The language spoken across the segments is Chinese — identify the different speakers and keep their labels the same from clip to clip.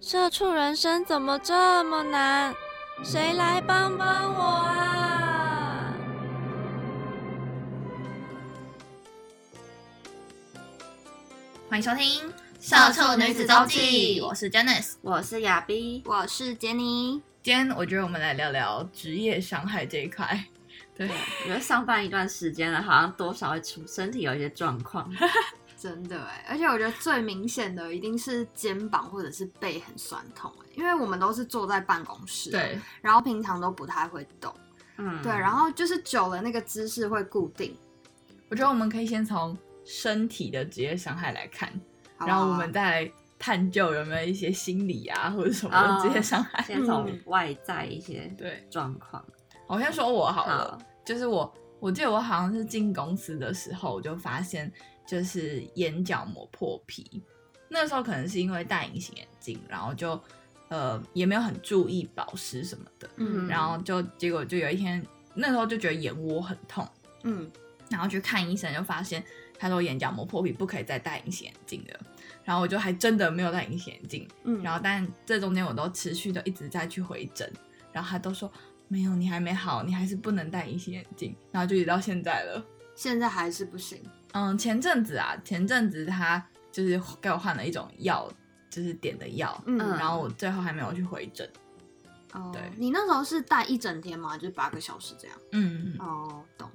Speaker 1: 社畜人生怎么这么难？谁来帮帮我啊？
Speaker 2: 欢迎收听《
Speaker 3: 社畜女子周记
Speaker 2: 我是 Janice。
Speaker 3: 我是亚逼，
Speaker 1: 我是杰尼。
Speaker 2: 今天我觉得我们来聊聊职业伤害这一块。对，
Speaker 3: 我觉得上班一段时间了，好像多少会出身体有一些状 况。
Speaker 4: 真的哎、而且我觉得最明显的一定是肩膀或者是背很酸痛哎、因为我们都是坐在办公室，，啊
Speaker 2: 对，
Speaker 4: 然后平常都不太会动，
Speaker 3: 嗯，
Speaker 4: 对，然后就是久了那个姿势会固定，
Speaker 2: 我觉得我们可以先从身体的职业伤害来看，
Speaker 4: 好啊不
Speaker 2: 然
Speaker 4: 好
Speaker 2: 后我们再来探究有没有一些心理啊或者什么的职业伤害。
Speaker 3: 先从外在一些
Speaker 2: 对，
Speaker 3: 状况。
Speaker 4: 嗯
Speaker 2: 我先说我好了，
Speaker 3: 好，
Speaker 2: 就是我，我记得我好像是进公司的时候，我就发现就是眼角膜破皮。那时候可能是因为戴隐形眼镜，然后就呃也没有很注意保湿什么的，
Speaker 4: 嗯
Speaker 2: 然后就结果就有一天，那时候就觉得眼窝很痛，
Speaker 4: 嗯，
Speaker 2: 然后去看医生，就发现他说眼角膜破皮不可以再戴隐形眼镜了。然后我就还真的没有戴隐形眼镜，
Speaker 4: 嗯
Speaker 2: 然后但这中间我都持续的一直在去回诊，然后他都说没有，你还没好，你还是不能戴隐形眼镜，然后就一直到现在了。
Speaker 4: 现在还是不行，
Speaker 2: 嗯，前阵子啊，前阵子他就是给我换了一种药，就是点的药，
Speaker 4: 嗯，
Speaker 3: 嗯
Speaker 2: 然后我最后还没有去回诊。
Speaker 4: 哦
Speaker 2: 对
Speaker 4: 你那时候是戴一整天吗？就是八个小时这样？
Speaker 2: 嗯，
Speaker 4: 哦，懂，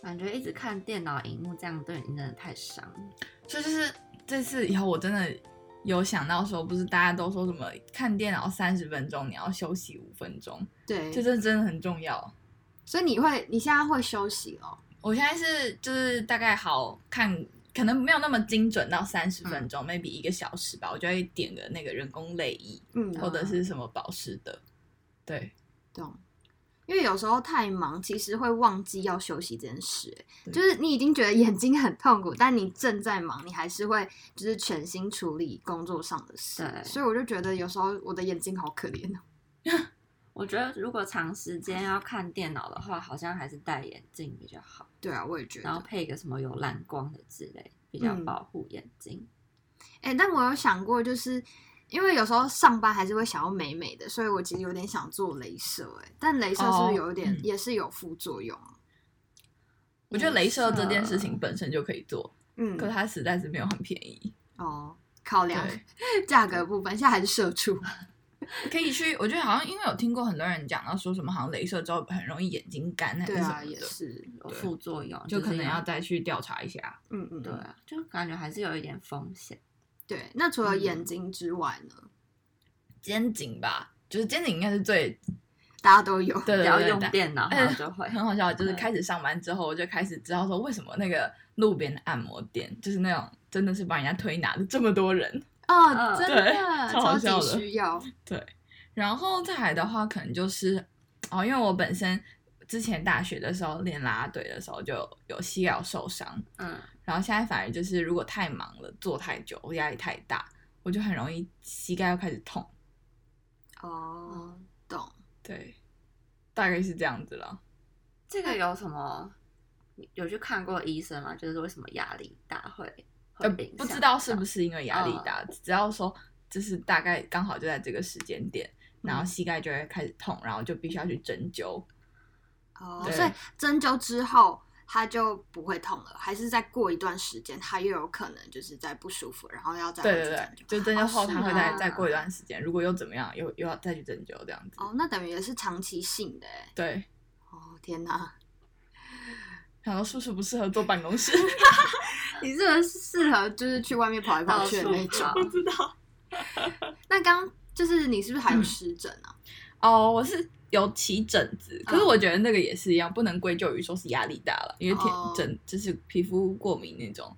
Speaker 3: 感觉一直看电脑荧幕这样对你真的太伤了。
Speaker 2: 所以就是这次以后，我真的有想到说，不是大家都说什么看电脑三十分钟，你要休息五分钟，
Speaker 4: 对，
Speaker 2: 就这真的很重要。
Speaker 4: 所以你会你现在会休息哦，
Speaker 2: 我现在是就是大概好看，可能没有那么精准到三十分钟、
Speaker 4: 嗯
Speaker 2: m a y b e 一个小时吧，我就会点个那个人工泪液
Speaker 4: 嗯
Speaker 2: 或者是什么保湿的，对，
Speaker 4: 懂。因为有时候太忙，其实会忘记要休息这件事、欸
Speaker 2: 对
Speaker 4: 就是你已经觉得眼睛很痛苦，但你正在忙，你还是会就是全心处理工作上的事。
Speaker 3: 对
Speaker 4: 所以我就觉得有时候我的眼睛好可怜哦。
Speaker 3: 我觉得如果长时间要看电脑的话，好像还是戴眼镜比较好，
Speaker 4: 对啊，我也觉
Speaker 3: 然后
Speaker 4: 得。
Speaker 3: 配个什么有蓝光的之类，比较
Speaker 4: 嗯
Speaker 3: 保护眼睛。
Speaker 4: 哎、但我有想过，就是因为有时候上班还是会想要美美的，所以我其实有点想做镭射、欸，但镭射是不
Speaker 2: 哦
Speaker 4: 是有一点、
Speaker 2: 嗯
Speaker 4: 也是有副作用啊？
Speaker 2: 我觉得镭射这件事情本身就可以做，可
Speaker 4: 嗯，
Speaker 2: 它实在是没有很便宜。
Speaker 4: 哦，考量
Speaker 2: 对
Speaker 4: 价格部分，现在还是社畜。
Speaker 2: 可以去，我觉得好像因为有听过很多人讲到说什么，好像镭射之后很容易眼睛干还是
Speaker 4: 对
Speaker 2: 什
Speaker 4: 啊，
Speaker 2: 么
Speaker 4: 也
Speaker 2: 的，
Speaker 4: 是。
Speaker 3: 有
Speaker 2: 对
Speaker 3: 副作用，
Speaker 2: 就是可能
Speaker 3: 有
Speaker 2: 要再去调查一下。
Speaker 4: 嗯嗯，
Speaker 3: 对啊，就感觉还是有一点风险。
Speaker 4: 对，那除了
Speaker 2: 嗯
Speaker 4: 眼睛之外呢，
Speaker 2: 肩颈吧，就是肩颈应该是最
Speaker 4: 大家都有。
Speaker 2: 对
Speaker 3: 只
Speaker 2: 对
Speaker 3: 要
Speaker 2: 对
Speaker 3: 用
Speaker 2: 对
Speaker 3: 电脑，然后就会
Speaker 2: 很好笑，就是
Speaker 3: 对
Speaker 2: 开始上班之后，我就开始知道说为什么那个路边的按摩店，就是那种真的是把人家推拿的这么多人。
Speaker 4: 哦，
Speaker 3: 嗯
Speaker 4: 真
Speaker 2: 对
Speaker 4: 的
Speaker 2: 超
Speaker 4: 超
Speaker 2: 好笑
Speaker 4: 级
Speaker 2: 的
Speaker 4: 需要。
Speaker 2: 对，然后再来的话，可能就是哦，因为我本身之前大学的时候练啦啦队的时候就有膝盖有受伤，
Speaker 3: 嗯，
Speaker 2: 然后现在反而就是如果太忙了，坐太久，压力太大，我就很容易膝盖又开始痛。
Speaker 4: 哦，懂。
Speaker 2: 对，大概是这样子了。
Speaker 3: 这个有什么？有去看过医生吗？就是为什么压力大会会
Speaker 2: 呃，
Speaker 3: 影响
Speaker 2: 不知道是不
Speaker 3: 到？
Speaker 2: 是因为压力大，
Speaker 4: 嗯
Speaker 2: 只要说就是大概刚好就在这个时间点，然
Speaker 4: 嗯
Speaker 2: 后膝盖就会开始痛，然后就必须要去针灸。
Speaker 4: 哦，
Speaker 2: 对
Speaker 4: 所以针灸之后它就不会痛了，还是再过一段时间，它又有可能就是在不舒服，然后要再
Speaker 2: 对
Speaker 4: 回去
Speaker 2: 对对
Speaker 4: 针，灸。
Speaker 2: 就针灸后
Speaker 4: 哦是
Speaker 2: 它会再、
Speaker 4: 啊
Speaker 2: 再过一段时间，如果又怎么样，又又要再去针灸这样子。
Speaker 4: 哦，那等于也是长期性的哎。
Speaker 2: 对，
Speaker 4: 哦，天哪，
Speaker 2: 然后叔叔不适合坐办公室，
Speaker 4: 你这个是适合就是去外面跑来跑
Speaker 3: 到
Speaker 4: 去的
Speaker 3: 处
Speaker 4: 那种。
Speaker 3: 跑
Speaker 2: 知道。
Speaker 4: 那刚就是你是不是还
Speaker 2: 嗯
Speaker 4: 有湿疹啊？
Speaker 2: 哦，我是有起疹子，可是
Speaker 4: 嗯
Speaker 2: 我觉得那个也是一样，不能归咎于说是压力大了，因为天
Speaker 4: 哦
Speaker 2: 疹就是皮肤过敏那种。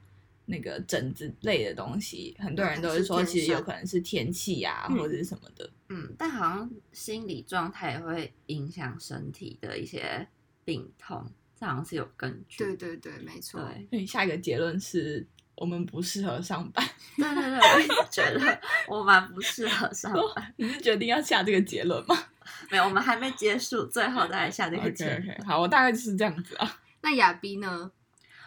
Speaker 2: 那个疹子类的东西，很多人都会说，
Speaker 4: 可能是天生
Speaker 2: 其实有可能是天气啊，
Speaker 4: 嗯
Speaker 2: 或者是什么的。
Speaker 3: 嗯，但好像心理状态也会影响身体的一些病痛，这好像是有根据。
Speaker 4: 对对对，没错。
Speaker 3: 对
Speaker 2: 所以下一个结论是我们不适合上班。
Speaker 3: 对对对，我也觉得我蛮不适合上 班。
Speaker 2: 你是决定要下这个结论吗
Speaker 3: 没有，我们还没结束，最后再来下这个
Speaker 2: ？OK
Speaker 3: 结论。
Speaker 2: OK，好，我大概就是这样子啊。
Speaker 4: 那亚逼呢？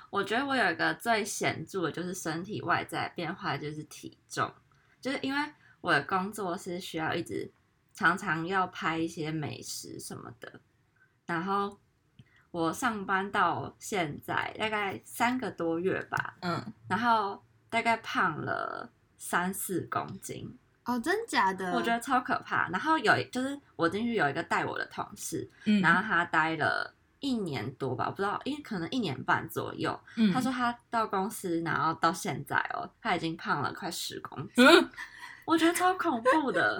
Speaker 3: 我觉得我有一个最显著的就是身体外在变化，就是体重，就是因为我的工作是需要一直常常要拍一些美食什么的，然后我上班到现在大概三个多月吧，
Speaker 2: 嗯，
Speaker 3: 然后大概胖了三四公斤，
Speaker 4: 哦，真假的？
Speaker 3: 我觉得超可怕。然后有就是我进去有一个带我的同事，
Speaker 2: 嗯
Speaker 3: 然后他待了一年多吧，我不知道，因为可能一年半左右。
Speaker 2: 嗯
Speaker 3: 他说他到公司，然后到现在哦，他已经胖了快十公斤，
Speaker 2: 嗯，
Speaker 3: 我觉得超恐 怖的。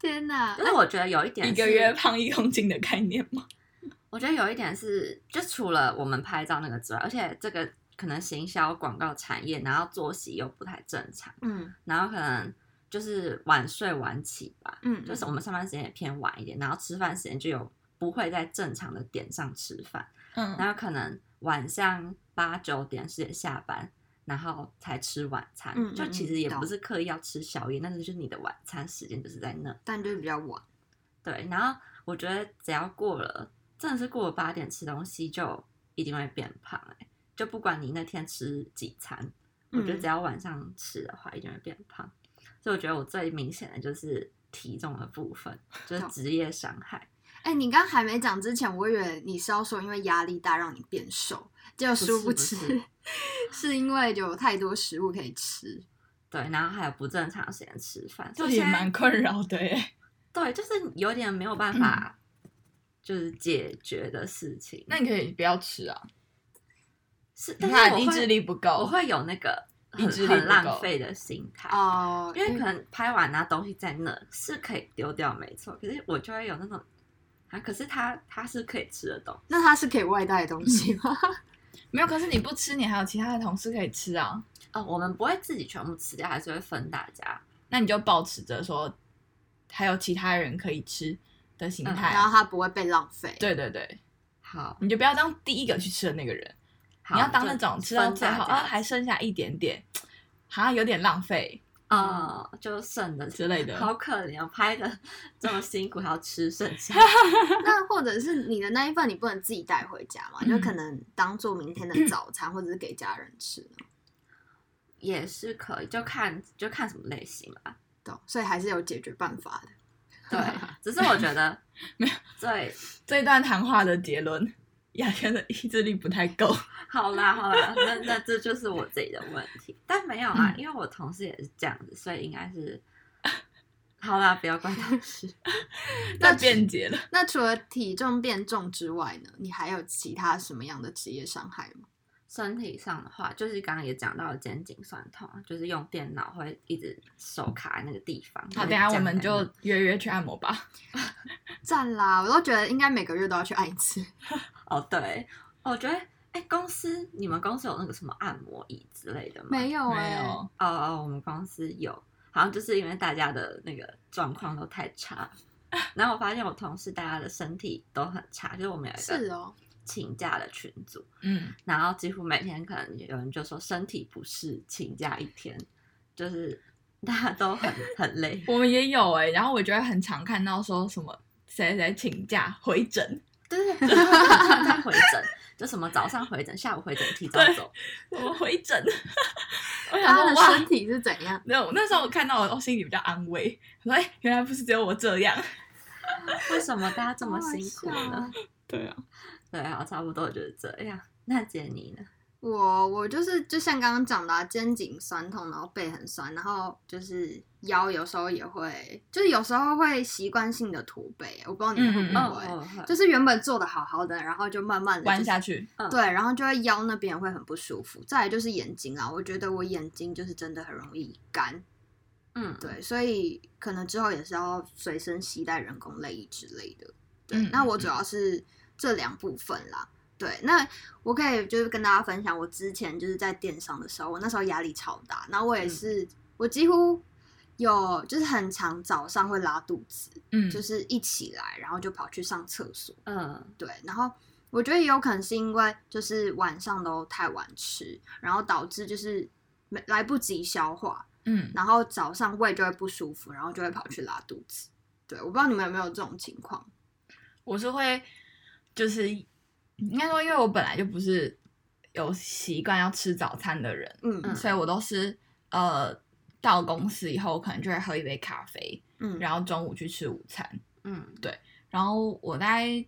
Speaker 4: 天哪！
Speaker 3: 就是我觉得有一点
Speaker 2: 一个
Speaker 3: 是
Speaker 2: 月胖一公斤的概念吗？
Speaker 3: 我觉得有一点是，就除了我们拍照那个之外，而且这个可能行销广告产业，然后作息又不太正常，
Speaker 4: 嗯
Speaker 3: 然后可能就是晚睡晚起吧，
Speaker 4: 嗯，
Speaker 3: 就是我们上班时间也偏晚一点，然后吃饭时间就有不会在正常的点上吃饭，
Speaker 2: 嗯
Speaker 3: 然后可能晚上八九点十点下班，然后才吃晚餐，
Speaker 4: 嗯嗯
Speaker 3: 就其
Speaker 4: 嗯
Speaker 3: 实也不
Speaker 4: 懂
Speaker 3: 是刻意要吃宵夜，但是就是你的晚餐时间就是在那。
Speaker 4: 但就是比较晚。
Speaker 3: 对，然后我觉得只要过了，真的是过了八点吃东西就一定会变胖、欸，就不管你那天吃几餐，我觉得
Speaker 4: 嗯
Speaker 3: 只要晚上吃的话，一定会变胖。所以我觉得我最明显的就是体重的部分，就是
Speaker 4: 懂
Speaker 3: 职业伤害。
Speaker 4: 哎、你刚还没讲之前，我以为你是要说因为压力大让你变瘦，结果殊知
Speaker 3: 不是不
Speaker 4: 是因为有太多食物可以吃。
Speaker 3: 对，然后还有不正常时间吃饭，
Speaker 2: 这
Speaker 3: 所以
Speaker 2: 也
Speaker 3: 现在
Speaker 2: 蛮困扰的耶。
Speaker 3: 对，就是有点没有办
Speaker 2: 嗯
Speaker 3: 法，就是解决的事情。
Speaker 2: 那你可以不要吃啊，
Speaker 3: 是，
Speaker 2: 你
Speaker 3: 但是
Speaker 2: 看
Speaker 3: 我
Speaker 2: 意
Speaker 3: 会
Speaker 2: 志力不够，
Speaker 3: 我会有那个很
Speaker 2: 意志力
Speaker 3: 很
Speaker 2: 不
Speaker 3: 浪
Speaker 2: 够嗯
Speaker 3: 费的心态。
Speaker 4: 哦、
Speaker 3: 因为可能拍完那东西在那是可以丢掉，没错。可是我就会有那种啊，可是它它是可以吃的东西，
Speaker 4: 那它是可以外带的东西吗？
Speaker 2: 没有，可是你不吃，你还有其他的同事可以吃啊。
Speaker 3: 哦，我们不会自己全部吃掉，还是会分大家。
Speaker 2: 那你就保持着说还有其他人可以吃的心
Speaker 3: 嗯
Speaker 2: 态
Speaker 4: 然
Speaker 2: 啊。
Speaker 4: 后它不会被浪费。，
Speaker 2: 对对对，
Speaker 3: 好，
Speaker 2: 你就不要当第一个去吃的那个人，
Speaker 3: 好
Speaker 2: 你要当
Speaker 3: 就
Speaker 2: 那种吃到
Speaker 3: 分
Speaker 2: 最
Speaker 3: 大
Speaker 2: 后
Speaker 3: 家
Speaker 2: 啊还剩下一点点，好像有点浪费
Speaker 3: 哦，就剩的
Speaker 2: 嗯之类的。
Speaker 3: 好可怜哦，拍的 这么辛苦，还要吃剩下。
Speaker 4: 那或者是你的那一份你不能自己带回家嘛？就可
Speaker 3: 嗯
Speaker 4: 能当做明天的早餐，或者是给家人吃，
Speaker 3: 也是可以，就看就看什么类型啦。
Speaker 4: 懂？所以还是有解决办法的。
Speaker 3: 对，只是我觉得
Speaker 2: 没有
Speaker 3: 对，
Speaker 2: 这一段谈话的结论，雅轩的意志力不太 够。
Speaker 3: 好啦好啦，那那这就是我自己的问题，但没有啊，
Speaker 2: 嗯
Speaker 3: 因为我同事也是这样子，所以应该是好啦，不要怪 同事。
Speaker 2: 那辩解
Speaker 3: 嗯
Speaker 2: 了，
Speaker 4: 那除了体重变重之外呢，你还有其他什么样的职业伤害吗？
Speaker 3: 身体上的话，就是刚刚也讲到肩颈酸痛，啊就是用电脑会一直手卡在那个地方。
Speaker 2: 好，
Speaker 3: 就是
Speaker 2: 等一下
Speaker 3: 僵
Speaker 2: 我们
Speaker 3: 在那
Speaker 2: 就约约去按摩吧。
Speaker 4: 赞啦！我都觉得应该每个月都要去按一次。
Speaker 3: 哦，对，我觉得哎，公司你们公司有那个什么按摩椅之类的吗？
Speaker 4: 没有哎、
Speaker 2: 没有，
Speaker 3: 哦哦，我们公司有，好像就是因为大家的那个状况都太差，然后我发现我同事大家的身体都很差，就是我们有一
Speaker 4: 是
Speaker 3: 个
Speaker 4: 哦
Speaker 3: 请假的群组，
Speaker 2: 嗯，
Speaker 3: 然后几乎每天可能有人就说身体不适，请假一天，就是大家都很很累。
Speaker 2: 我们也有哎、然后我觉得很常看到说什么谁谁请假回诊，
Speaker 3: 对对对，在回诊，就什么早上回诊，下午回诊，提早
Speaker 2: 对
Speaker 3: 走。
Speaker 2: 我们回诊。我想
Speaker 4: 他
Speaker 2: 说
Speaker 4: 的
Speaker 2: 哇
Speaker 4: 身，体是怎样？
Speaker 2: 没有，那时候我看到我，我心里比较安慰，我说哎、原来不是只有我这样。
Speaker 3: 为什么大家这么
Speaker 4: 好好
Speaker 3: 辛苦
Speaker 4: 笑
Speaker 3: 呢
Speaker 4: 啊？
Speaker 2: 对 啊，
Speaker 3: 对啊，差不多就是这样。那姐你呢？
Speaker 4: 我我就是就像刚刚讲的、啊，肩颈酸痛，然后背很酸，然后就是腰有时候也会，就是有时候会习惯性的驼背，我不知道你们会不
Speaker 2: 嗯
Speaker 3: 哦
Speaker 4: 会，
Speaker 3: 哦，哦
Speaker 4: 就是原本坐的好好的，然后就慢慢的、
Speaker 2: 弯下，去，
Speaker 4: 对，然后就会腰那边会很不舒服。再来就是眼睛啊，我觉得我眼睛就是真的很容易干，
Speaker 3: 嗯，
Speaker 4: 对，所以可能之后也是要随身携带人工泪液之类的。对，
Speaker 2: 嗯
Speaker 4: 那
Speaker 2: 嗯
Speaker 4: 我主要是这两部分啦。对，那我可以就是跟大家分享，
Speaker 2: 嗯
Speaker 4: 我之前就是在电商的时候，我那时候压力超大，然后我也是，我几乎有就是很常早上会拉肚子，
Speaker 2: 嗯，
Speaker 4: 就是一起来，然后就跑去上厕所。
Speaker 3: 嗯，
Speaker 4: 对，然后我觉得也有可能是因为就是晚上都太晚吃，然后导致就是没来不及消化，
Speaker 2: 嗯，
Speaker 4: 然后早上胃就会不舒服，然后就会跑去拉肚子。对，我不知道你们有没有这种情况。
Speaker 2: 我是会，就是应该说，因为我本来就不是有习惯要吃早餐的人，
Speaker 4: 嗯
Speaker 3: 嗯
Speaker 2: 所以我都是呃到公司以后，我可能就会喝一杯咖啡，
Speaker 4: 嗯，
Speaker 2: 然后中午去吃午餐。
Speaker 3: 嗯，
Speaker 2: 然后我大概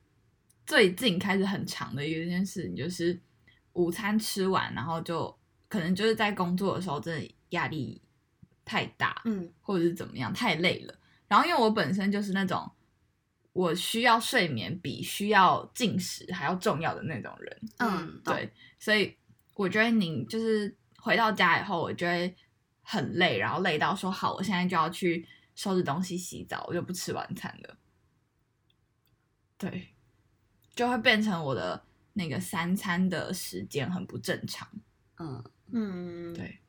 Speaker 2: 最近开始很长的一件事情，就是午餐吃完，然后就可能就是在工作的时候，真的压力太大，
Speaker 4: 嗯
Speaker 2: 或者是怎么样，太累了。然后因为我本身就是那种我需要睡眠比需要进食还要重要的那种人，
Speaker 4: 嗯
Speaker 3: 嗯，
Speaker 4: 懂
Speaker 2: 对，所以我觉得你就是回到家以后，我就会很累，然后累到说好，我现在就要去收拾东西、洗澡，我就不吃晚餐了。对，就会变成我的那个三餐的时间很不正常。
Speaker 3: 嗯，
Speaker 4: 嗯，
Speaker 2: 对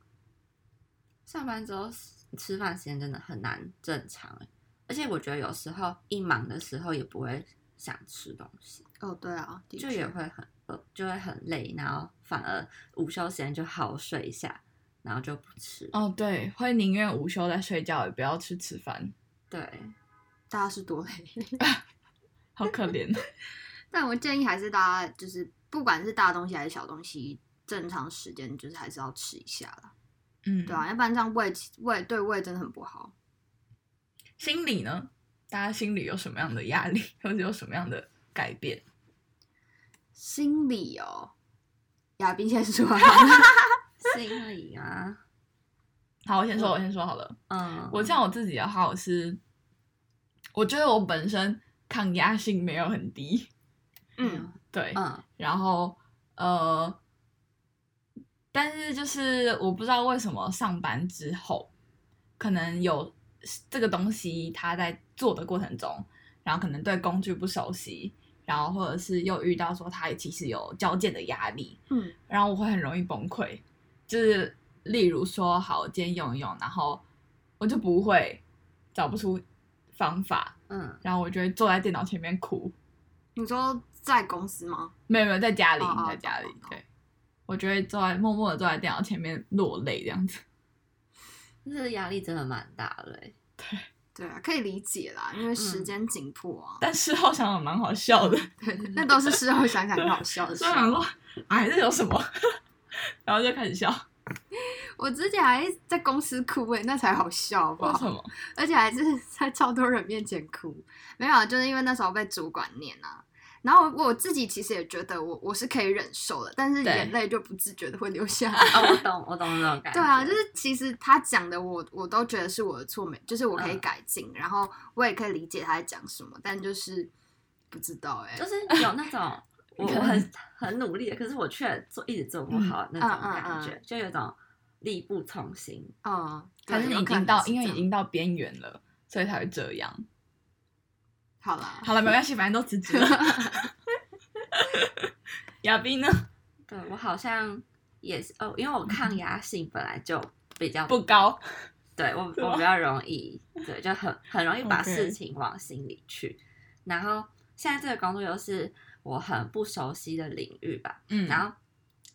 Speaker 3: 上班之后吃饭时间真的很难正常欸，而且我觉得有时候一忙的时候也不会想吃东西，
Speaker 4: 哦，对啊，的
Speaker 3: 就
Speaker 4: 确
Speaker 3: 也会很饿，就会很累，然后反而午休时间就好好睡一下，然后就不吃。
Speaker 2: 哦，对，会宁愿午休在睡觉，也不要去吃饭，
Speaker 3: 对，
Speaker 4: 大家是多累。
Speaker 2: 好可怜。哦
Speaker 4: 但我建议还是大家就是不管是大东西还是小东西，正常时间就是还是要吃一下啦，
Speaker 2: 嗯，
Speaker 4: 对啊，要不然这样胃胃对胃真的很不好。
Speaker 2: 心理呢？大家心里有什么样的压力， 或者有什么样的改变？
Speaker 4: 心理哦，亚斌先说啊，
Speaker 3: 心 理啊，
Speaker 2: 好，我先说，我先说好了。
Speaker 3: 嗯，
Speaker 2: 我像我自己的话，我是我觉得我本身抗压性没有很低，
Speaker 4: 嗯
Speaker 2: 对，
Speaker 3: 嗯
Speaker 2: 然后呃，但是就是我不知道为什么上班之后，可能有这个东西，它在做的过程中，然后可能对工具不熟悉，然后或者是又遇到说它其实有交界的压力，
Speaker 4: 嗯
Speaker 2: 然后我会很容易崩溃。就是例如说，好，我今天用一用，然后我就不会找不出方法，
Speaker 3: 嗯
Speaker 2: 然后我就会坐在电脑前面哭。
Speaker 4: 你说在公司吗？
Speaker 2: 没有没有，在家里
Speaker 4: 哦哦，
Speaker 2: 在家里
Speaker 4: 懂懂，
Speaker 2: 对，我就会坐在默默的坐在电脑前面落泪这样子。
Speaker 3: 就是压力真的蛮大的欸、
Speaker 4: 对啊，可以理解啦，因为时间紧迫啊。
Speaker 2: 但事后想想蛮好笑的，
Speaker 4: 对，那都是事后想想很好笑的事
Speaker 2: 所以。我想说，哎，这有什么？ 然后就开始笑，
Speaker 4: 我之前还在公司哭欸诶、那才好笑，好不
Speaker 2: 为
Speaker 4: 好
Speaker 2: 什？么？
Speaker 4: 而且还是 在超多人面前哭，没有啊，就是因为那时候被主管念啊。然后我我自己其实也觉得我我是可以忍受的，但是
Speaker 2: 对
Speaker 4: 眼泪就不自觉的会流下来。
Speaker 3: 哦，我懂，我懂那种感觉。
Speaker 4: 对啊，就是其实他讲的我我都觉得是我的错，没就是我可以
Speaker 3: 嗯
Speaker 4: 改进，然后我也可以理解他在讲什么，但就是不知道哎、
Speaker 3: 就是有那 种我我很很努力的，可是我却做一直做不好的那种感觉，
Speaker 4: 嗯
Speaker 3: 就有种力不从心。
Speaker 4: 嗯，
Speaker 2: 还
Speaker 4: 对
Speaker 2: 是你
Speaker 4: 有
Speaker 2: 已
Speaker 4: 可能
Speaker 2: 经到，
Speaker 4: 是
Speaker 2: 因为
Speaker 4: 这
Speaker 2: 已
Speaker 4: 样
Speaker 2: 经到边缘了，所以才会这样。
Speaker 4: 好了，
Speaker 2: 好了，没关系，反正都辞职了。亚斌呢？
Speaker 3: 对嗯我好像也是哦，因为我抗
Speaker 2: 嗯
Speaker 3: 压性本来就比较
Speaker 2: 不，高，
Speaker 3: 对我
Speaker 2: 是吗
Speaker 3: 我比较容易，对，就很很容易把
Speaker 2: OK
Speaker 3: 事情往心里去。然后现在这个工作又是我很不熟悉的领域吧，
Speaker 2: 嗯
Speaker 3: 然后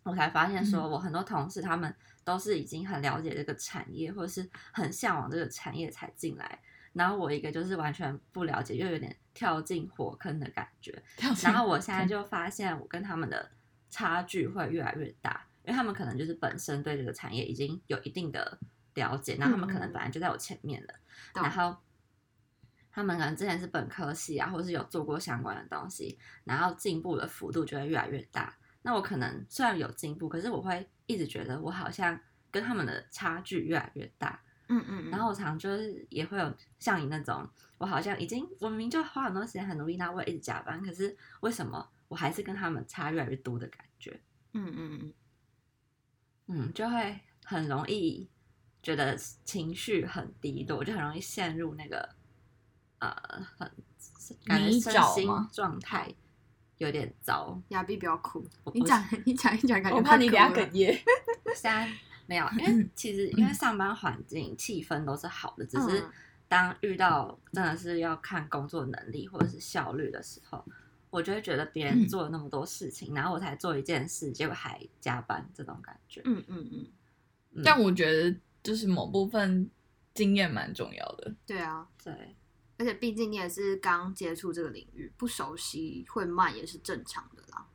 Speaker 3: 我才发现说，我很多同事他们都是已经很了解这个产业，或者是很向往这个产业才进来。然后我一个就是完全不了解，又有点跳进火坑的感觉。然后我现在就发现，我跟他们的差距会越来越大，因为他们可能就是本身对这个产业已经有一定的了解，然后他们可能本来就在我前面了，
Speaker 4: 懂
Speaker 3: 然后他们可能之前是本科系啊，或是有做过相关的东西，然后进步的幅度就会越来越大。那我可能虽然有进步，可是我会一直觉得我好像跟他们的差距越来越大，
Speaker 4: 嗯嗯，
Speaker 3: 然后我常就是也会有像你那种，我好像已经我明明就花很多时间很努力，那我也一直加班，可是为什么我还是跟他们差越来越多的感觉？
Speaker 4: 嗯嗯嗯，
Speaker 3: 嗯，就会很容易觉得情绪很低落，就很容易陷入那个呃很感觉
Speaker 2: 泥
Speaker 3: 身
Speaker 2: 沼
Speaker 3: 心
Speaker 2: 吗
Speaker 3: 状态有点糟。
Speaker 4: 亚碧不要哭
Speaker 3: 我，
Speaker 4: 你讲你讲一讲，感觉
Speaker 2: 我怕
Speaker 4: 快
Speaker 2: 你
Speaker 4: 哭
Speaker 2: 等下
Speaker 4: 了
Speaker 2: 哽咽。
Speaker 3: 现在没有，因
Speaker 2: 嗯
Speaker 3: 为其实因为上班环境气氛都是好的，只是
Speaker 4: 嗯
Speaker 3: 当遇到真的是要看工作能力或者是效率的时候，我就会觉得别人
Speaker 2: 嗯
Speaker 3: 做了那么多事情，然后我才做一件事，结果还加班这种感觉。
Speaker 4: 嗯嗯嗯，
Speaker 3: 嗯
Speaker 2: 但我觉得就是某部分经验蛮重要的。
Speaker 4: 对啊，
Speaker 3: 对，
Speaker 4: 而且毕竟你也是刚接触这个领域，不熟悉会慢也是正常的啦。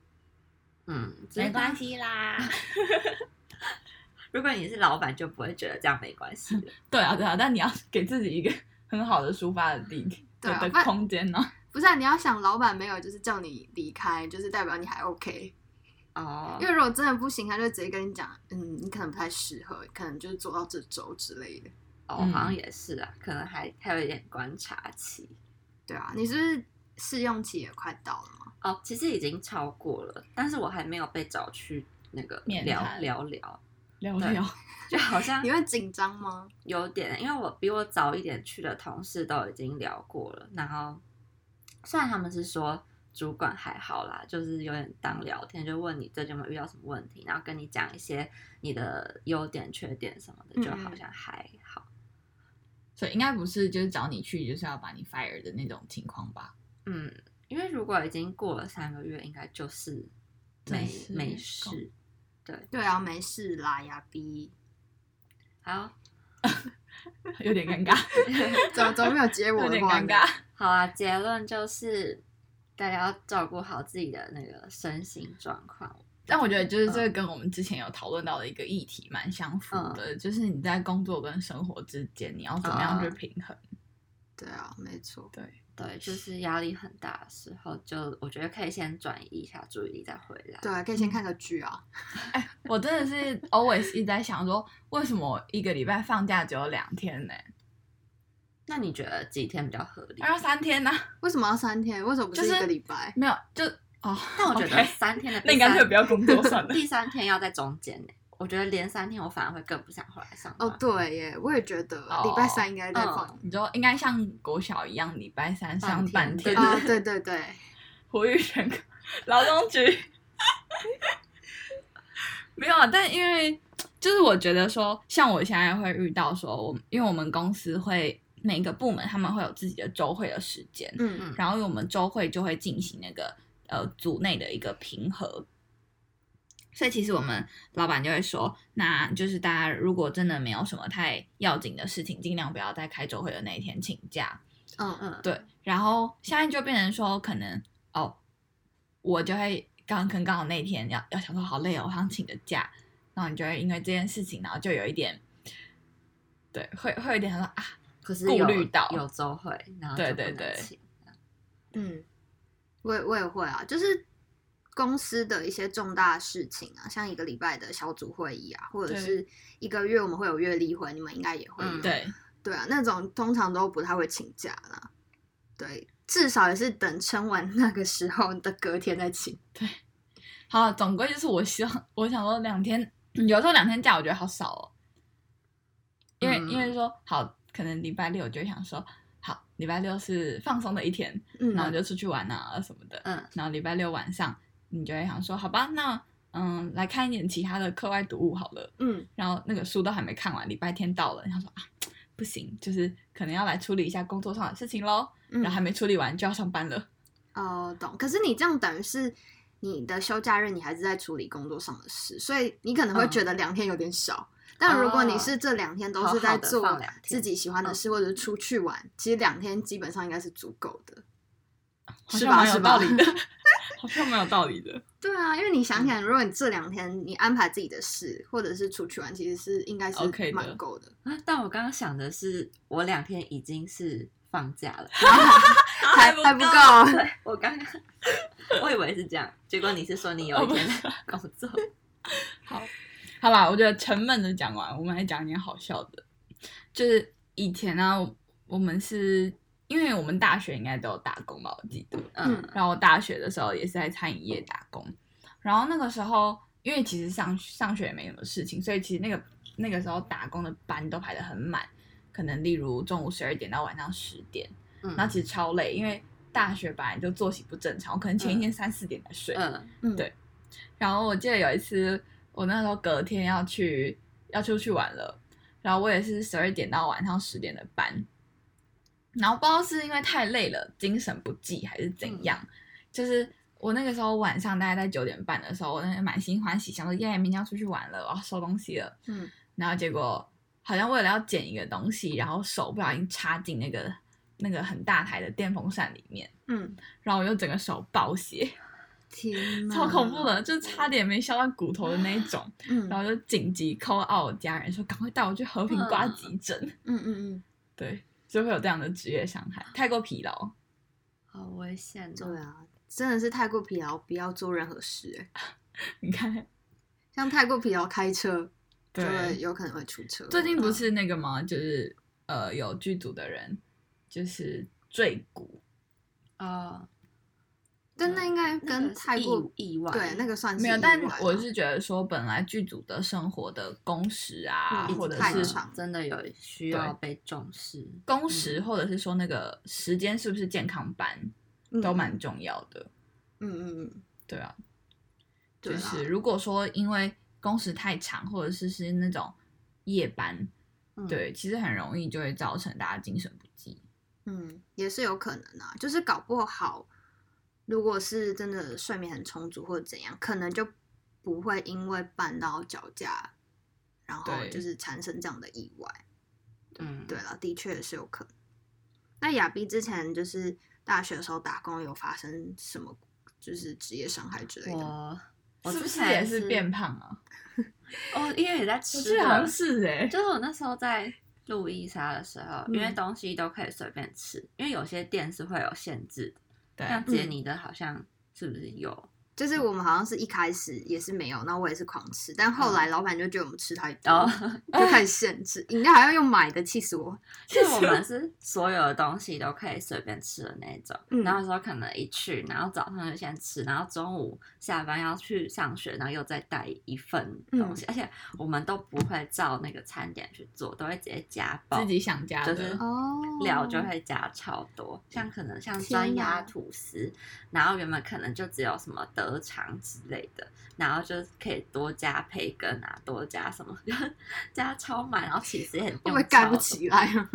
Speaker 3: 嗯，
Speaker 2: 没关
Speaker 3: 系啦。如果你是老板，就不会觉得这样没关系了。
Speaker 2: 对啊，对啊，但你要给自己一个很好的抒发的地
Speaker 4: 对啊
Speaker 2: 的
Speaker 4: 不然
Speaker 2: 空间呢、
Speaker 4: 不是、啊，你要想老板没有就是叫你离开，就是代表你还 OK。
Speaker 3: 哦
Speaker 2: 嗯
Speaker 4: 因，为如果真的不行，他就直接跟你讲，嗯，你可能不太适合，可能就是做到这周之类的。
Speaker 3: 哦，
Speaker 2: 嗯
Speaker 3: 好像也是啊，可能还还有一点观察期。
Speaker 4: 对啊，你是不是试用期也快到了嘛？
Speaker 3: 哦，其实已经超过了，但是我还没有被找去那个
Speaker 2: 面
Speaker 3: 聊
Speaker 2: 谈
Speaker 3: 聊聊，
Speaker 2: 聊
Speaker 3: 对
Speaker 2: 聊。
Speaker 3: 就好像
Speaker 4: 你会紧张吗？
Speaker 3: 有点，因为我比我早一点去的同事都已经聊过了，然后虽然他们是说主管还好啦，就是有点当聊天，就问你最近有没有遇到什么问题，然后跟你讲一些你的优点、缺点什么的，就
Speaker 4: 嗯嗯
Speaker 3: 好像还好。
Speaker 2: 所以应该不是就是找你去就是要把你 fire 的那种情况吧？
Speaker 3: 嗯，因为如果已经过了三个月，应该就是
Speaker 2: 没
Speaker 3: 没
Speaker 2: 事
Speaker 3: 没
Speaker 2: 没
Speaker 3: 事。
Speaker 4: 对啊，没事啦呀逼，
Speaker 3: 好，
Speaker 2: 有 点尴尬，
Speaker 4: 怎么怎么没有接我
Speaker 2: 有
Speaker 4: 的
Speaker 2: 点
Speaker 4: 话
Speaker 2: 尴
Speaker 4: 呢？
Speaker 2: 尬。
Speaker 3: 好啊，结论就是大家要照顾好自己的那个身心状况。
Speaker 2: 但我觉得就是
Speaker 4: 嗯
Speaker 2: 这个跟我们之前有讨论到的一个议题蛮相符的，
Speaker 4: 嗯
Speaker 2: 就是你在工作跟生活之间你要怎么样去平衡。
Speaker 4: 对啊，没错。
Speaker 3: 对，就是压力很大的时候，就我觉得可以先转移一下注意力再回来。
Speaker 4: 对啊，可以
Speaker 2: 嗯
Speaker 4: 先看个剧啊。
Speaker 2: 我真的是 always 一直在想说，为什么一个礼拜放假只有两天呢？
Speaker 3: 那你觉得几天比较合理？
Speaker 2: 要三天呢、
Speaker 4: 为什么要三天？为什么不是
Speaker 2: 就
Speaker 4: 一
Speaker 2: 是
Speaker 4: 个礼拜？
Speaker 2: 没有，就哦。
Speaker 3: 但我觉得
Speaker 2: OK
Speaker 3: 三 天的
Speaker 2: 那
Speaker 3: 第
Speaker 2: 你干
Speaker 3: 三
Speaker 2: 脆不要工作算了。
Speaker 3: 第三天要在中间呢。我觉得连三天我反而会更不想回来上班。
Speaker 4: 哦，对耶，我也觉得
Speaker 2: 嗯哦
Speaker 4: 礼拜三应该再
Speaker 3: 嗯
Speaker 4: 放。
Speaker 2: 你就应该像国小一样，礼拜三上半
Speaker 3: 半天
Speaker 2: 天。
Speaker 3: 对
Speaker 4: 啊，对对对，
Speaker 2: 呼吁全国劳动局。 没有啊，但因为就是我觉得说，像我现在会遇到说，我因为我们公司会每个部门他们会有自己的周会的时间，
Speaker 4: 嗯
Speaker 3: 嗯
Speaker 4: 嗯，
Speaker 2: 然后因为我们周会就会进行那个呃组内的一个平和。所以其实我们老板就会说，那就是大家如果真的没有什么太要紧的事情，尽量不要在开周会的那一天请假。
Speaker 4: 嗯
Speaker 3: 嗯，
Speaker 2: 对，然后现在就变成说，可能哦，我就会刚可能刚好那天要要想说好累哦，我想请个假，然后你就会因为这件事情，然后就有一点，对，会会有点想说啊，
Speaker 3: 可是
Speaker 2: 顾
Speaker 3: 有
Speaker 2: 虑到
Speaker 3: 有周会，然后就
Speaker 2: 对
Speaker 3: 不
Speaker 2: 对
Speaker 3: 能
Speaker 2: 对
Speaker 3: 请
Speaker 4: 嗯，我也我也会啊，就是公司的一些重大事情啊，像一个礼拜的小组会议啊，或者
Speaker 2: 对
Speaker 4: 是一个月我们会有月例会，你们应该也会有。
Speaker 3: 嗯
Speaker 2: 对，
Speaker 4: 对啊，那种通常都不太会请假啦。对，至少也是等撑完那个时候的隔天再请。
Speaker 2: 好了，总归就是我希望，我想说两天，有时候两天假我觉得好少哦，因为、因为说好，可能礼拜六我就想说好，礼拜六是放松的一天，
Speaker 4: 嗯，
Speaker 2: 然后就出去玩啊什么的，
Speaker 3: 嗯，
Speaker 2: 然后礼拜六晚上你就会想说，好吧，那嗯，来看一点其他的课外读物好了。
Speaker 4: 嗯，
Speaker 2: 然后那个书都还没看完，礼拜天到了，然后说啊，不行，就是可能要来处理一下工作上的事情喽。
Speaker 4: 嗯
Speaker 2: 然后还没处理完就要上班了。
Speaker 4: 哦，懂。可是你这样等于是你的休假日，你还是在处理工作上的事，所以你可能会觉得两天有点少。但如果你是这两天都
Speaker 3: 好
Speaker 4: 是
Speaker 3: 好
Speaker 4: 在
Speaker 3: 地
Speaker 4: 做
Speaker 3: 放两天
Speaker 4: 自己喜欢的事，或者是出去玩，其实两天基本上应该是足够的。
Speaker 2: 好
Speaker 4: 是
Speaker 2: 像
Speaker 4: 吧
Speaker 2: 蛮有
Speaker 4: 是吧
Speaker 2: 道 理的，好像蛮有道理的。
Speaker 4: 对啊，因为你想想，如果你这两天你安排自己的事，或者是出去玩，其实是应该是
Speaker 2: OK 的
Speaker 4: 蛮够 的。
Speaker 3: 啊但我刚刚想的是，我两天已经是放假了，
Speaker 4: 还还不够，
Speaker 3: 对我刚刚我以为是这样，结果你是说你有
Speaker 2: 哦
Speaker 3: 一天在工作，
Speaker 2: 好啦，我觉得沉闷的讲完，我们来讲一点好笑的。就是以前呢、啊，我们是因为我们大学应该都有打工吧，我记得。
Speaker 3: 嗯
Speaker 2: 然后我大学的时候也是在餐饮业打工，然后那个时候因为其实上上学也没什么事情，所以其实那个那个时候打工的班都排得很满，可能例如中午十二点到晚上十点，
Speaker 3: 嗯
Speaker 2: 那其实超累，因为大学本来就作息不正常，我可能前一天三四点才睡，
Speaker 3: 嗯
Speaker 4: 嗯
Speaker 2: 对然后我记得有一次我那时候隔天要去要出去玩了，然后我也是十二点到晚上十点的班，然后不知道是因为太累了，精神不济还是怎样，就是我那个时候晚上大概在九点半的时候，我那个满心欢喜，想说耶，明天要出去玩了，我要收东西了，
Speaker 4: 嗯，
Speaker 2: 然后结果好像为了要捡一个东西，然后手不小心插进那个那个很大台的电风扇里面，
Speaker 4: 嗯，
Speaker 2: 然后我就整个手爆血，
Speaker 4: 天哪，
Speaker 2: 超恐怖的，就差点没削到骨头的那一种。
Speaker 4: 嗯，
Speaker 2: 然
Speaker 4: 嗯
Speaker 2: 后就紧急 call out 我家人说，赶快带我去和平挂急诊。
Speaker 4: 嗯嗯
Speaker 2: 对，就会有这样的职业伤害，太过疲劳。
Speaker 3: 好危险
Speaker 4: 嗯，对
Speaker 3: 哦！
Speaker 4: 啊，真的是太过疲劳，不要做任何事、欸
Speaker 2: 你看，
Speaker 4: 像太过疲劳开车，就会
Speaker 2: 对，
Speaker 4: 有可能会出车嗯祸。
Speaker 2: 最近不是那个吗？就是呃，有剧组的人就是坠谷，
Speaker 3: 哦，
Speaker 4: 但那应该
Speaker 3: 那个
Speaker 4: 跟
Speaker 3: 是
Speaker 4: 太过
Speaker 3: 意意外，
Speaker 4: 对那个算是
Speaker 2: 嗯啊没有，
Speaker 4: 意
Speaker 2: 但
Speaker 4: 外
Speaker 2: 我
Speaker 4: 啦
Speaker 2: 是觉得说，本来剧组的生活的工时啊，
Speaker 4: 嗯
Speaker 2: 或者
Speaker 4: 太
Speaker 2: 是
Speaker 4: 长
Speaker 3: 真的有需要被重视。
Speaker 2: 工时，或者是说那个时间是不是健康班，都蛮重要的。
Speaker 4: 嗯嗯嗯嗯，
Speaker 2: 对啊，
Speaker 4: 对
Speaker 2: 就
Speaker 4: 啦
Speaker 2: 是如果说因为工时太长，或者是是那种夜班，
Speaker 3: 嗯，
Speaker 2: 对，其实很容易就会造成大家精神不济。
Speaker 4: 嗯也是有可能啊，就是搞不好，如果是真的睡眠很充足或者怎样，可能就不会因为绊到脚架，然后
Speaker 2: 对
Speaker 4: 就是产生这样的意外。
Speaker 3: 嗯，
Speaker 4: 对了，的确是有可能。那亚碧之前就是大学的时候打工，有发生什么就是职业伤害之类的吗？
Speaker 3: 我我
Speaker 2: 是不
Speaker 3: 之
Speaker 2: 是
Speaker 3: 前
Speaker 2: 也是变？胖啊？
Speaker 3: 哦，因为也在
Speaker 2: 我
Speaker 3: 吃
Speaker 2: 记得
Speaker 3: 的，
Speaker 2: 好像是哎、
Speaker 3: 就是我那时候在路易莎的时候，
Speaker 4: 嗯
Speaker 3: 因为东西都可以随便吃，因为有些店是会有限制的，
Speaker 2: 对，嗯
Speaker 3: 像杰尼的好像是不是有？
Speaker 4: 就是我们好像是一开始也是没有，然后我也是狂吃，但后来老板就觉得我们吃太多，
Speaker 3: 然后，
Speaker 4: 就开始限制，饮料还要用买的，气死我！
Speaker 3: 就是我们是所有的东西都可以随便吃的那种。
Speaker 4: 嗯
Speaker 3: 然后说可能一去，然后早上就先吃，然后中午下班要去上学，然后又再带一份东
Speaker 4: 嗯
Speaker 3: 西，而且我们都不会照那个餐点去做，都会直接加爆
Speaker 2: 自。己想家的，
Speaker 3: 就是
Speaker 4: 哦，
Speaker 3: 料就会加超多，像可能像
Speaker 4: 天
Speaker 3: 酸鸭
Speaker 4: 哪
Speaker 3: 吐司，然后原本可能就只有什么德肠之类的，然后就是可以多加培根啊，多加什么， 就是加超满，然后其实也很
Speaker 4: 会不会
Speaker 3: 用
Speaker 4: 盖
Speaker 3: 超
Speaker 4: 不
Speaker 3: 多
Speaker 4: 起来啊？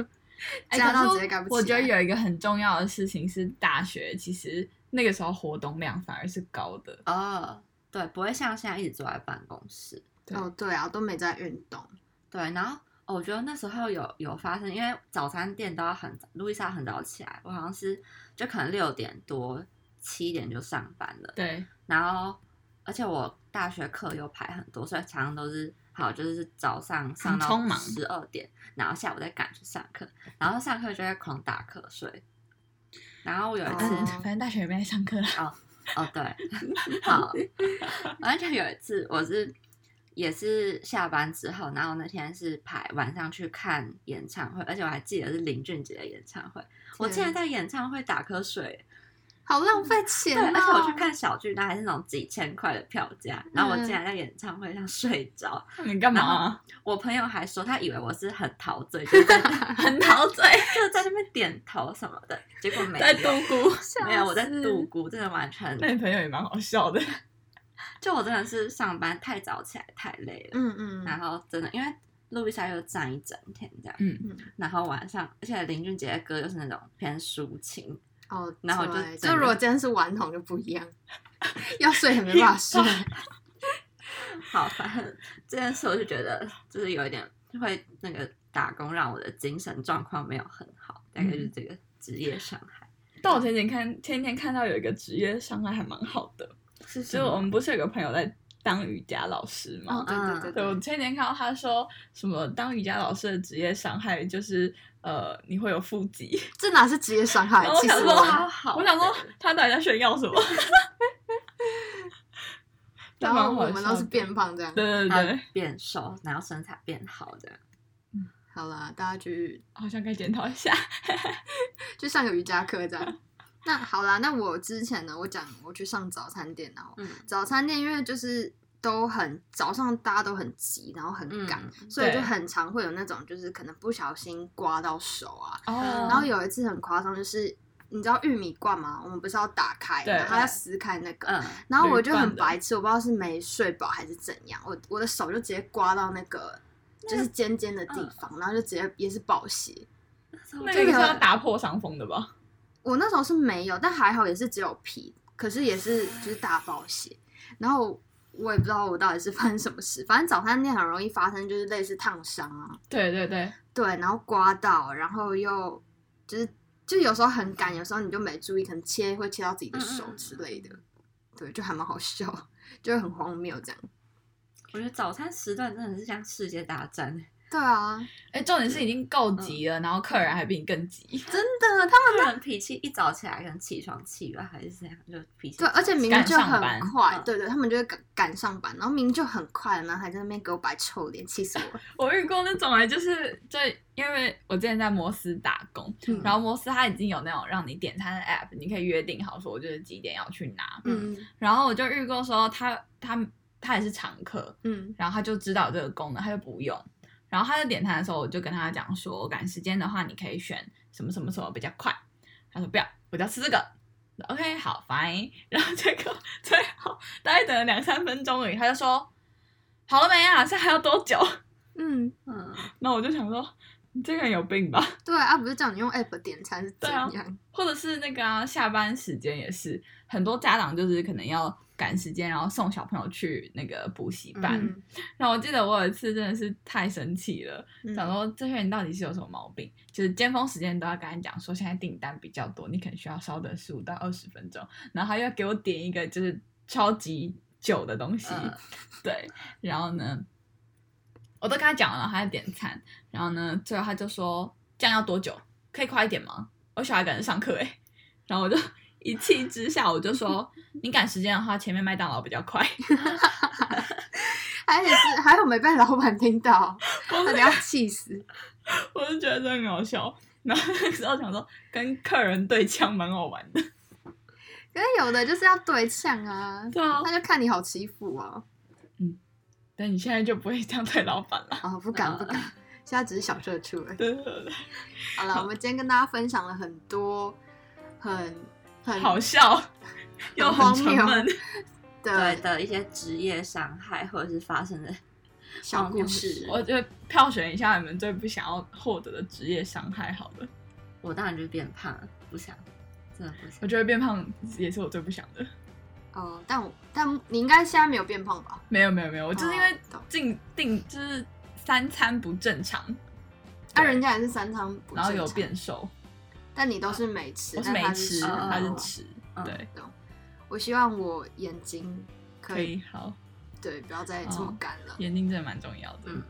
Speaker 2: 哎
Speaker 4: 加到
Speaker 2: 可是
Speaker 4: 直接盖不起来。
Speaker 2: 我觉得有一个很重要的事情是，大学其实那个时候活动量反而是高的。
Speaker 3: 哦，对，不会像现在一直坐在办公室，
Speaker 2: 对
Speaker 4: 哦，对啊，都没在运动。
Speaker 3: 对，然后。哦我觉得那时候有有发生，因为早餐店都要很早，路易莎很早起来，我好像是就可能六点多七点就上班了，
Speaker 2: 对，
Speaker 3: 然后而且我大学课又排很多，所以常常都是好就是早上上到
Speaker 2: 匆忙
Speaker 3: 十二点，然后下午再赶去上课，然后上课就会狂打瞌睡。然后我有一次，
Speaker 2: 嗯
Speaker 4: 哦，
Speaker 2: 反正大学也没在上课啦。
Speaker 3: 哦，对，好，而且有一次我是也是下班之后，然后那天是排晚上去看演唱会，而且我还记得是林俊杰的演唱会，我竟然
Speaker 4: 天
Speaker 3: 在演唱会打瞌睡，
Speaker 4: 好浪费钱
Speaker 3: 对，
Speaker 4: 啊！
Speaker 3: 而且我去看小巨蛋还是那种几千块的票价，然后我竟然在演唱会上睡着。
Speaker 2: 你干嘛、啊
Speaker 3: 我朋友还说他以为我是很陶醉，就是在很陶醉，就在那边点头什么的，结果没有
Speaker 2: 在度孤？
Speaker 3: 没有，我在
Speaker 4: 吓死
Speaker 3: 度孤，真的完全
Speaker 2: 那你朋友也蛮好笑的。
Speaker 3: 就我真的是上班太早起来太累了，
Speaker 4: 嗯嗯
Speaker 3: 然后真的因为路易莎又站一整天这样，
Speaker 2: 嗯
Speaker 4: 嗯
Speaker 3: 然后晚上而且林俊杰的歌又是那种偏抒情，
Speaker 4: 哦，
Speaker 3: 然后就
Speaker 4: 对
Speaker 3: 整
Speaker 4: 就
Speaker 3: 个
Speaker 4: 如果今天是顽童就不一样，要睡也没办法睡。
Speaker 3: 好，反正这件事我就觉得就是有一点会那个打工让我的精神状况没有很好，大概就是
Speaker 2: 嗯
Speaker 3: 这个职业伤害。
Speaker 2: 但我前几天看前几天看到有一个职业伤害还蛮好的，
Speaker 3: 是
Speaker 2: 就是我们不是有个朋友在当瑜伽老师吗？
Speaker 4: 哦，对对对
Speaker 2: 对，我
Speaker 4: 对，
Speaker 2: 前几天看到他说什么当瑜伽老师的职业伤害就是呃你会有腹肌，
Speaker 4: 这哪是职业伤害
Speaker 2: 然后？我
Speaker 4: 其
Speaker 2: 想
Speaker 4: 实
Speaker 2: 说
Speaker 4: 我
Speaker 2: 啊
Speaker 3: 好
Speaker 2: 我想说他到底在炫耀什么？
Speaker 4: 然
Speaker 2: 蛮
Speaker 4: 后
Speaker 2: 好
Speaker 4: 我们
Speaker 2: 笑
Speaker 4: 都是
Speaker 2: 的
Speaker 4: 变胖这样。
Speaker 2: 对对
Speaker 3: 他
Speaker 2: 对，
Speaker 3: 变瘦，然后身材变好的。
Speaker 4: 好啦，大家去
Speaker 2: 好像该检讨一下。
Speaker 4: 去上个瑜伽课这样。 那好啦，那我之前呢，我讲我去上早餐店，然后
Speaker 3: 嗯，
Speaker 4: 早餐店因为就是都很早上大家都很急，然后很赶，
Speaker 3: 嗯
Speaker 4: 所以就
Speaker 2: 对
Speaker 4: 很常会有那种就是可能不小心刮到手啊。
Speaker 2: 哦
Speaker 3: 嗯
Speaker 4: 然后有一次很夸张，就是你知道玉米罐吗？我们不是要打开，
Speaker 2: 对
Speaker 4: 然后要撕开那个。
Speaker 3: 嗯，
Speaker 4: 然后我就
Speaker 2: 铝罐
Speaker 4: 很
Speaker 2: 的
Speaker 4: 白痴，我不知道是没睡饱还是怎样，我我的手就直接刮到那个就是尖尖的地
Speaker 2: 嗯
Speaker 4: 方，然后就直接也是爆血。
Speaker 2: 那个是要打破伤风的吧？
Speaker 4: 我那时候是没有，但还好也是只有皮，可是也是就是大爆血。然后我也不知道我到底是发生什么事，反正早餐店很容易发生，就是类似烫伤啊，
Speaker 2: 对对对，
Speaker 4: 对，然后刮到，然后又就是就有时候很赶，有时候你就没注意，可能切会切到自己的手之类的，对，就还蛮好笑，就很荒谬这样。
Speaker 3: 我觉得早餐时段真的是像世界大战，
Speaker 4: 对啊，
Speaker 2: 哎，重点是已经够急了，然后客人还比你更急，
Speaker 4: 真的，他
Speaker 3: 客人脾气一早起来，可能起床气吧，还是怎样，就脾气。
Speaker 4: 对，啊而且明明就很
Speaker 2: 赶上
Speaker 4: 快，
Speaker 3: 嗯
Speaker 4: 对对，他们就会赶赶上班，然后明明就很快了，然后还在那边给我摆臭脸，气死我了。
Speaker 2: 我遇过那种哎，就是就因为我之前在摩斯打工，
Speaker 4: 嗯
Speaker 2: 然后摩斯它已经有那种让你点餐的 app，你可以约定好说，我就是几点要去拿。
Speaker 4: 嗯
Speaker 2: 然后我就遇过说他他他也是常客，
Speaker 4: 嗯
Speaker 2: 然后他就知道有这个功能，他就不用。然后他在点餐的时候，我就跟他讲说，我赶时间的话，你可以选什么什么什么比较快。他说不要，我就要吃这个。OK，好，fine。然后结果最后大概等了两三分钟而已，他就说好了没啊？现在还要多久？
Speaker 4: 嗯，
Speaker 3: 嗯，
Speaker 2: 那我就想说，你这个人有病吧？
Speaker 4: 对啊，不是叫你用 app 点餐是怎
Speaker 2: 对啊
Speaker 4: 样？
Speaker 2: 或者是那个啊、下班时间也是，很多家长就是可能要赶时间，然后送小朋友去那个补习班。
Speaker 4: 嗯，
Speaker 2: 然后我记得我有一次真的是太生气了，
Speaker 4: 嗯
Speaker 2: 想说这些人到底是有什么毛病？就是尖峰时间都要跟他讲说现在订单比较多，你可能需要稍等十五到二十分钟，然后他又要给我点一个就是超级久的东西，
Speaker 3: 嗯
Speaker 2: 对，然后呢，我都跟他讲了，他在点餐，然后呢，最后他就说这样要多久？可以快一点吗？我小孩赶着上课哎、欸，然后我就 一气之下我就说你赶时间的话，前面麦当劳比较快。
Speaker 4: 还有是还有没被老板听到，差点要气死。
Speaker 2: 我就觉得这很好笑。然后那时候想说，跟客人对枪蛮好玩的。
Speaker 4: 可是有的就是要对呛啊，
Speaker 2: 对啊
Speaker 4: 他就看你好欺负啊，
Speaker 2: 但你现在就不会这样对老板了。
Speaker 4: 啊不敢不敢，现在只是小社畜而已。
Speaker 2: 对对对
Speaker 4: 好了，我们今天跟大家分享了很多很很
Speaker 2: 好笑又很沉
Speaker 4: 荒
Speaker 2: 闷
Speaker 4: 谬。
Speaker 3: 对
Speaker 4: 的
Speaker 3: 的一些职业伤害或者是发生的
Speaker 4: 小故
Speaker 3: 荒
Speaker 4: 事
Speaker 3: 谬。
Speaker 2: 我觉得票选一下你们最不想要获得的职业伤害好了。
Speaker 3: 我当然就变胖了，不想，真的不想
Speaker 2: 我。觉得变胖也是我最不想的。
Speaker 4: 哦，但我但你应该现在没有变胖吧？啊
Speaker 2: 没有没有没有，我就是因为
Speaker 4: 哦懂
Speaker 2: 定定就是三餐不正常，
Speaker 4: 那
Speaker 2: 对
Speaker 4: 人家也是三餐不
Speaker 2: 然后有
Speaker 4: 正常，
Speaker 2: 变瘦，
Speaker 4: 但你都是没吃，
Speaker 2: 我是
Speaker 4: 但
Speaker 2: 没
Speaker 4: 他
Speaker 2: 吃，
Speaker 4: 吃
Speaker 2: 他是
Speaker 4: 哦
Speaker 2: 吃，
Speaker 3: 嗯
Speaker 2: 对，
Speaker 4: 我希望我眼睛可
Speaker 2: 可
Speaker 4: 以
Speaker 2: 以好，
Speaker 4: 对，不要再这
Speaker 2: 哦
Speaker 4: 么干了。
Speaker 2: 眼睛真的蛮重要的。
Speaker 3: 嗯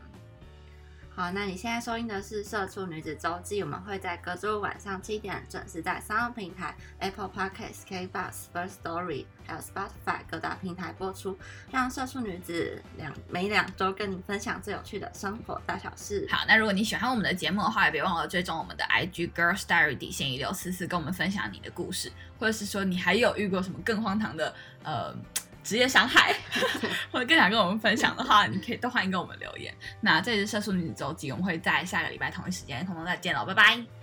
Speaker 3: 好，那你现在收听的是《社畜女子周记》，我们会在隔周五晚上七点准时在三个平台 Apple Podcast、K Bus、First Story 还有 Spotify 各大平台播出，让社畜女子两每两周跟你分享最有趣的生活大小事。
Speaker 2: 好，那如果你喜欢我们的节目的话，也别忘了追踪我们的 IG Girls Diary 底线一六四四，跟我们分享你的故事，或者是说你还有遇过什么更荒唐的呃职业伤害， 或者更想跟我们分享的话，你可以都欢迎跟我们留言。那这里是社畜女子周记，我们会在下个礼拜同一时间空中再见喽，拜拜。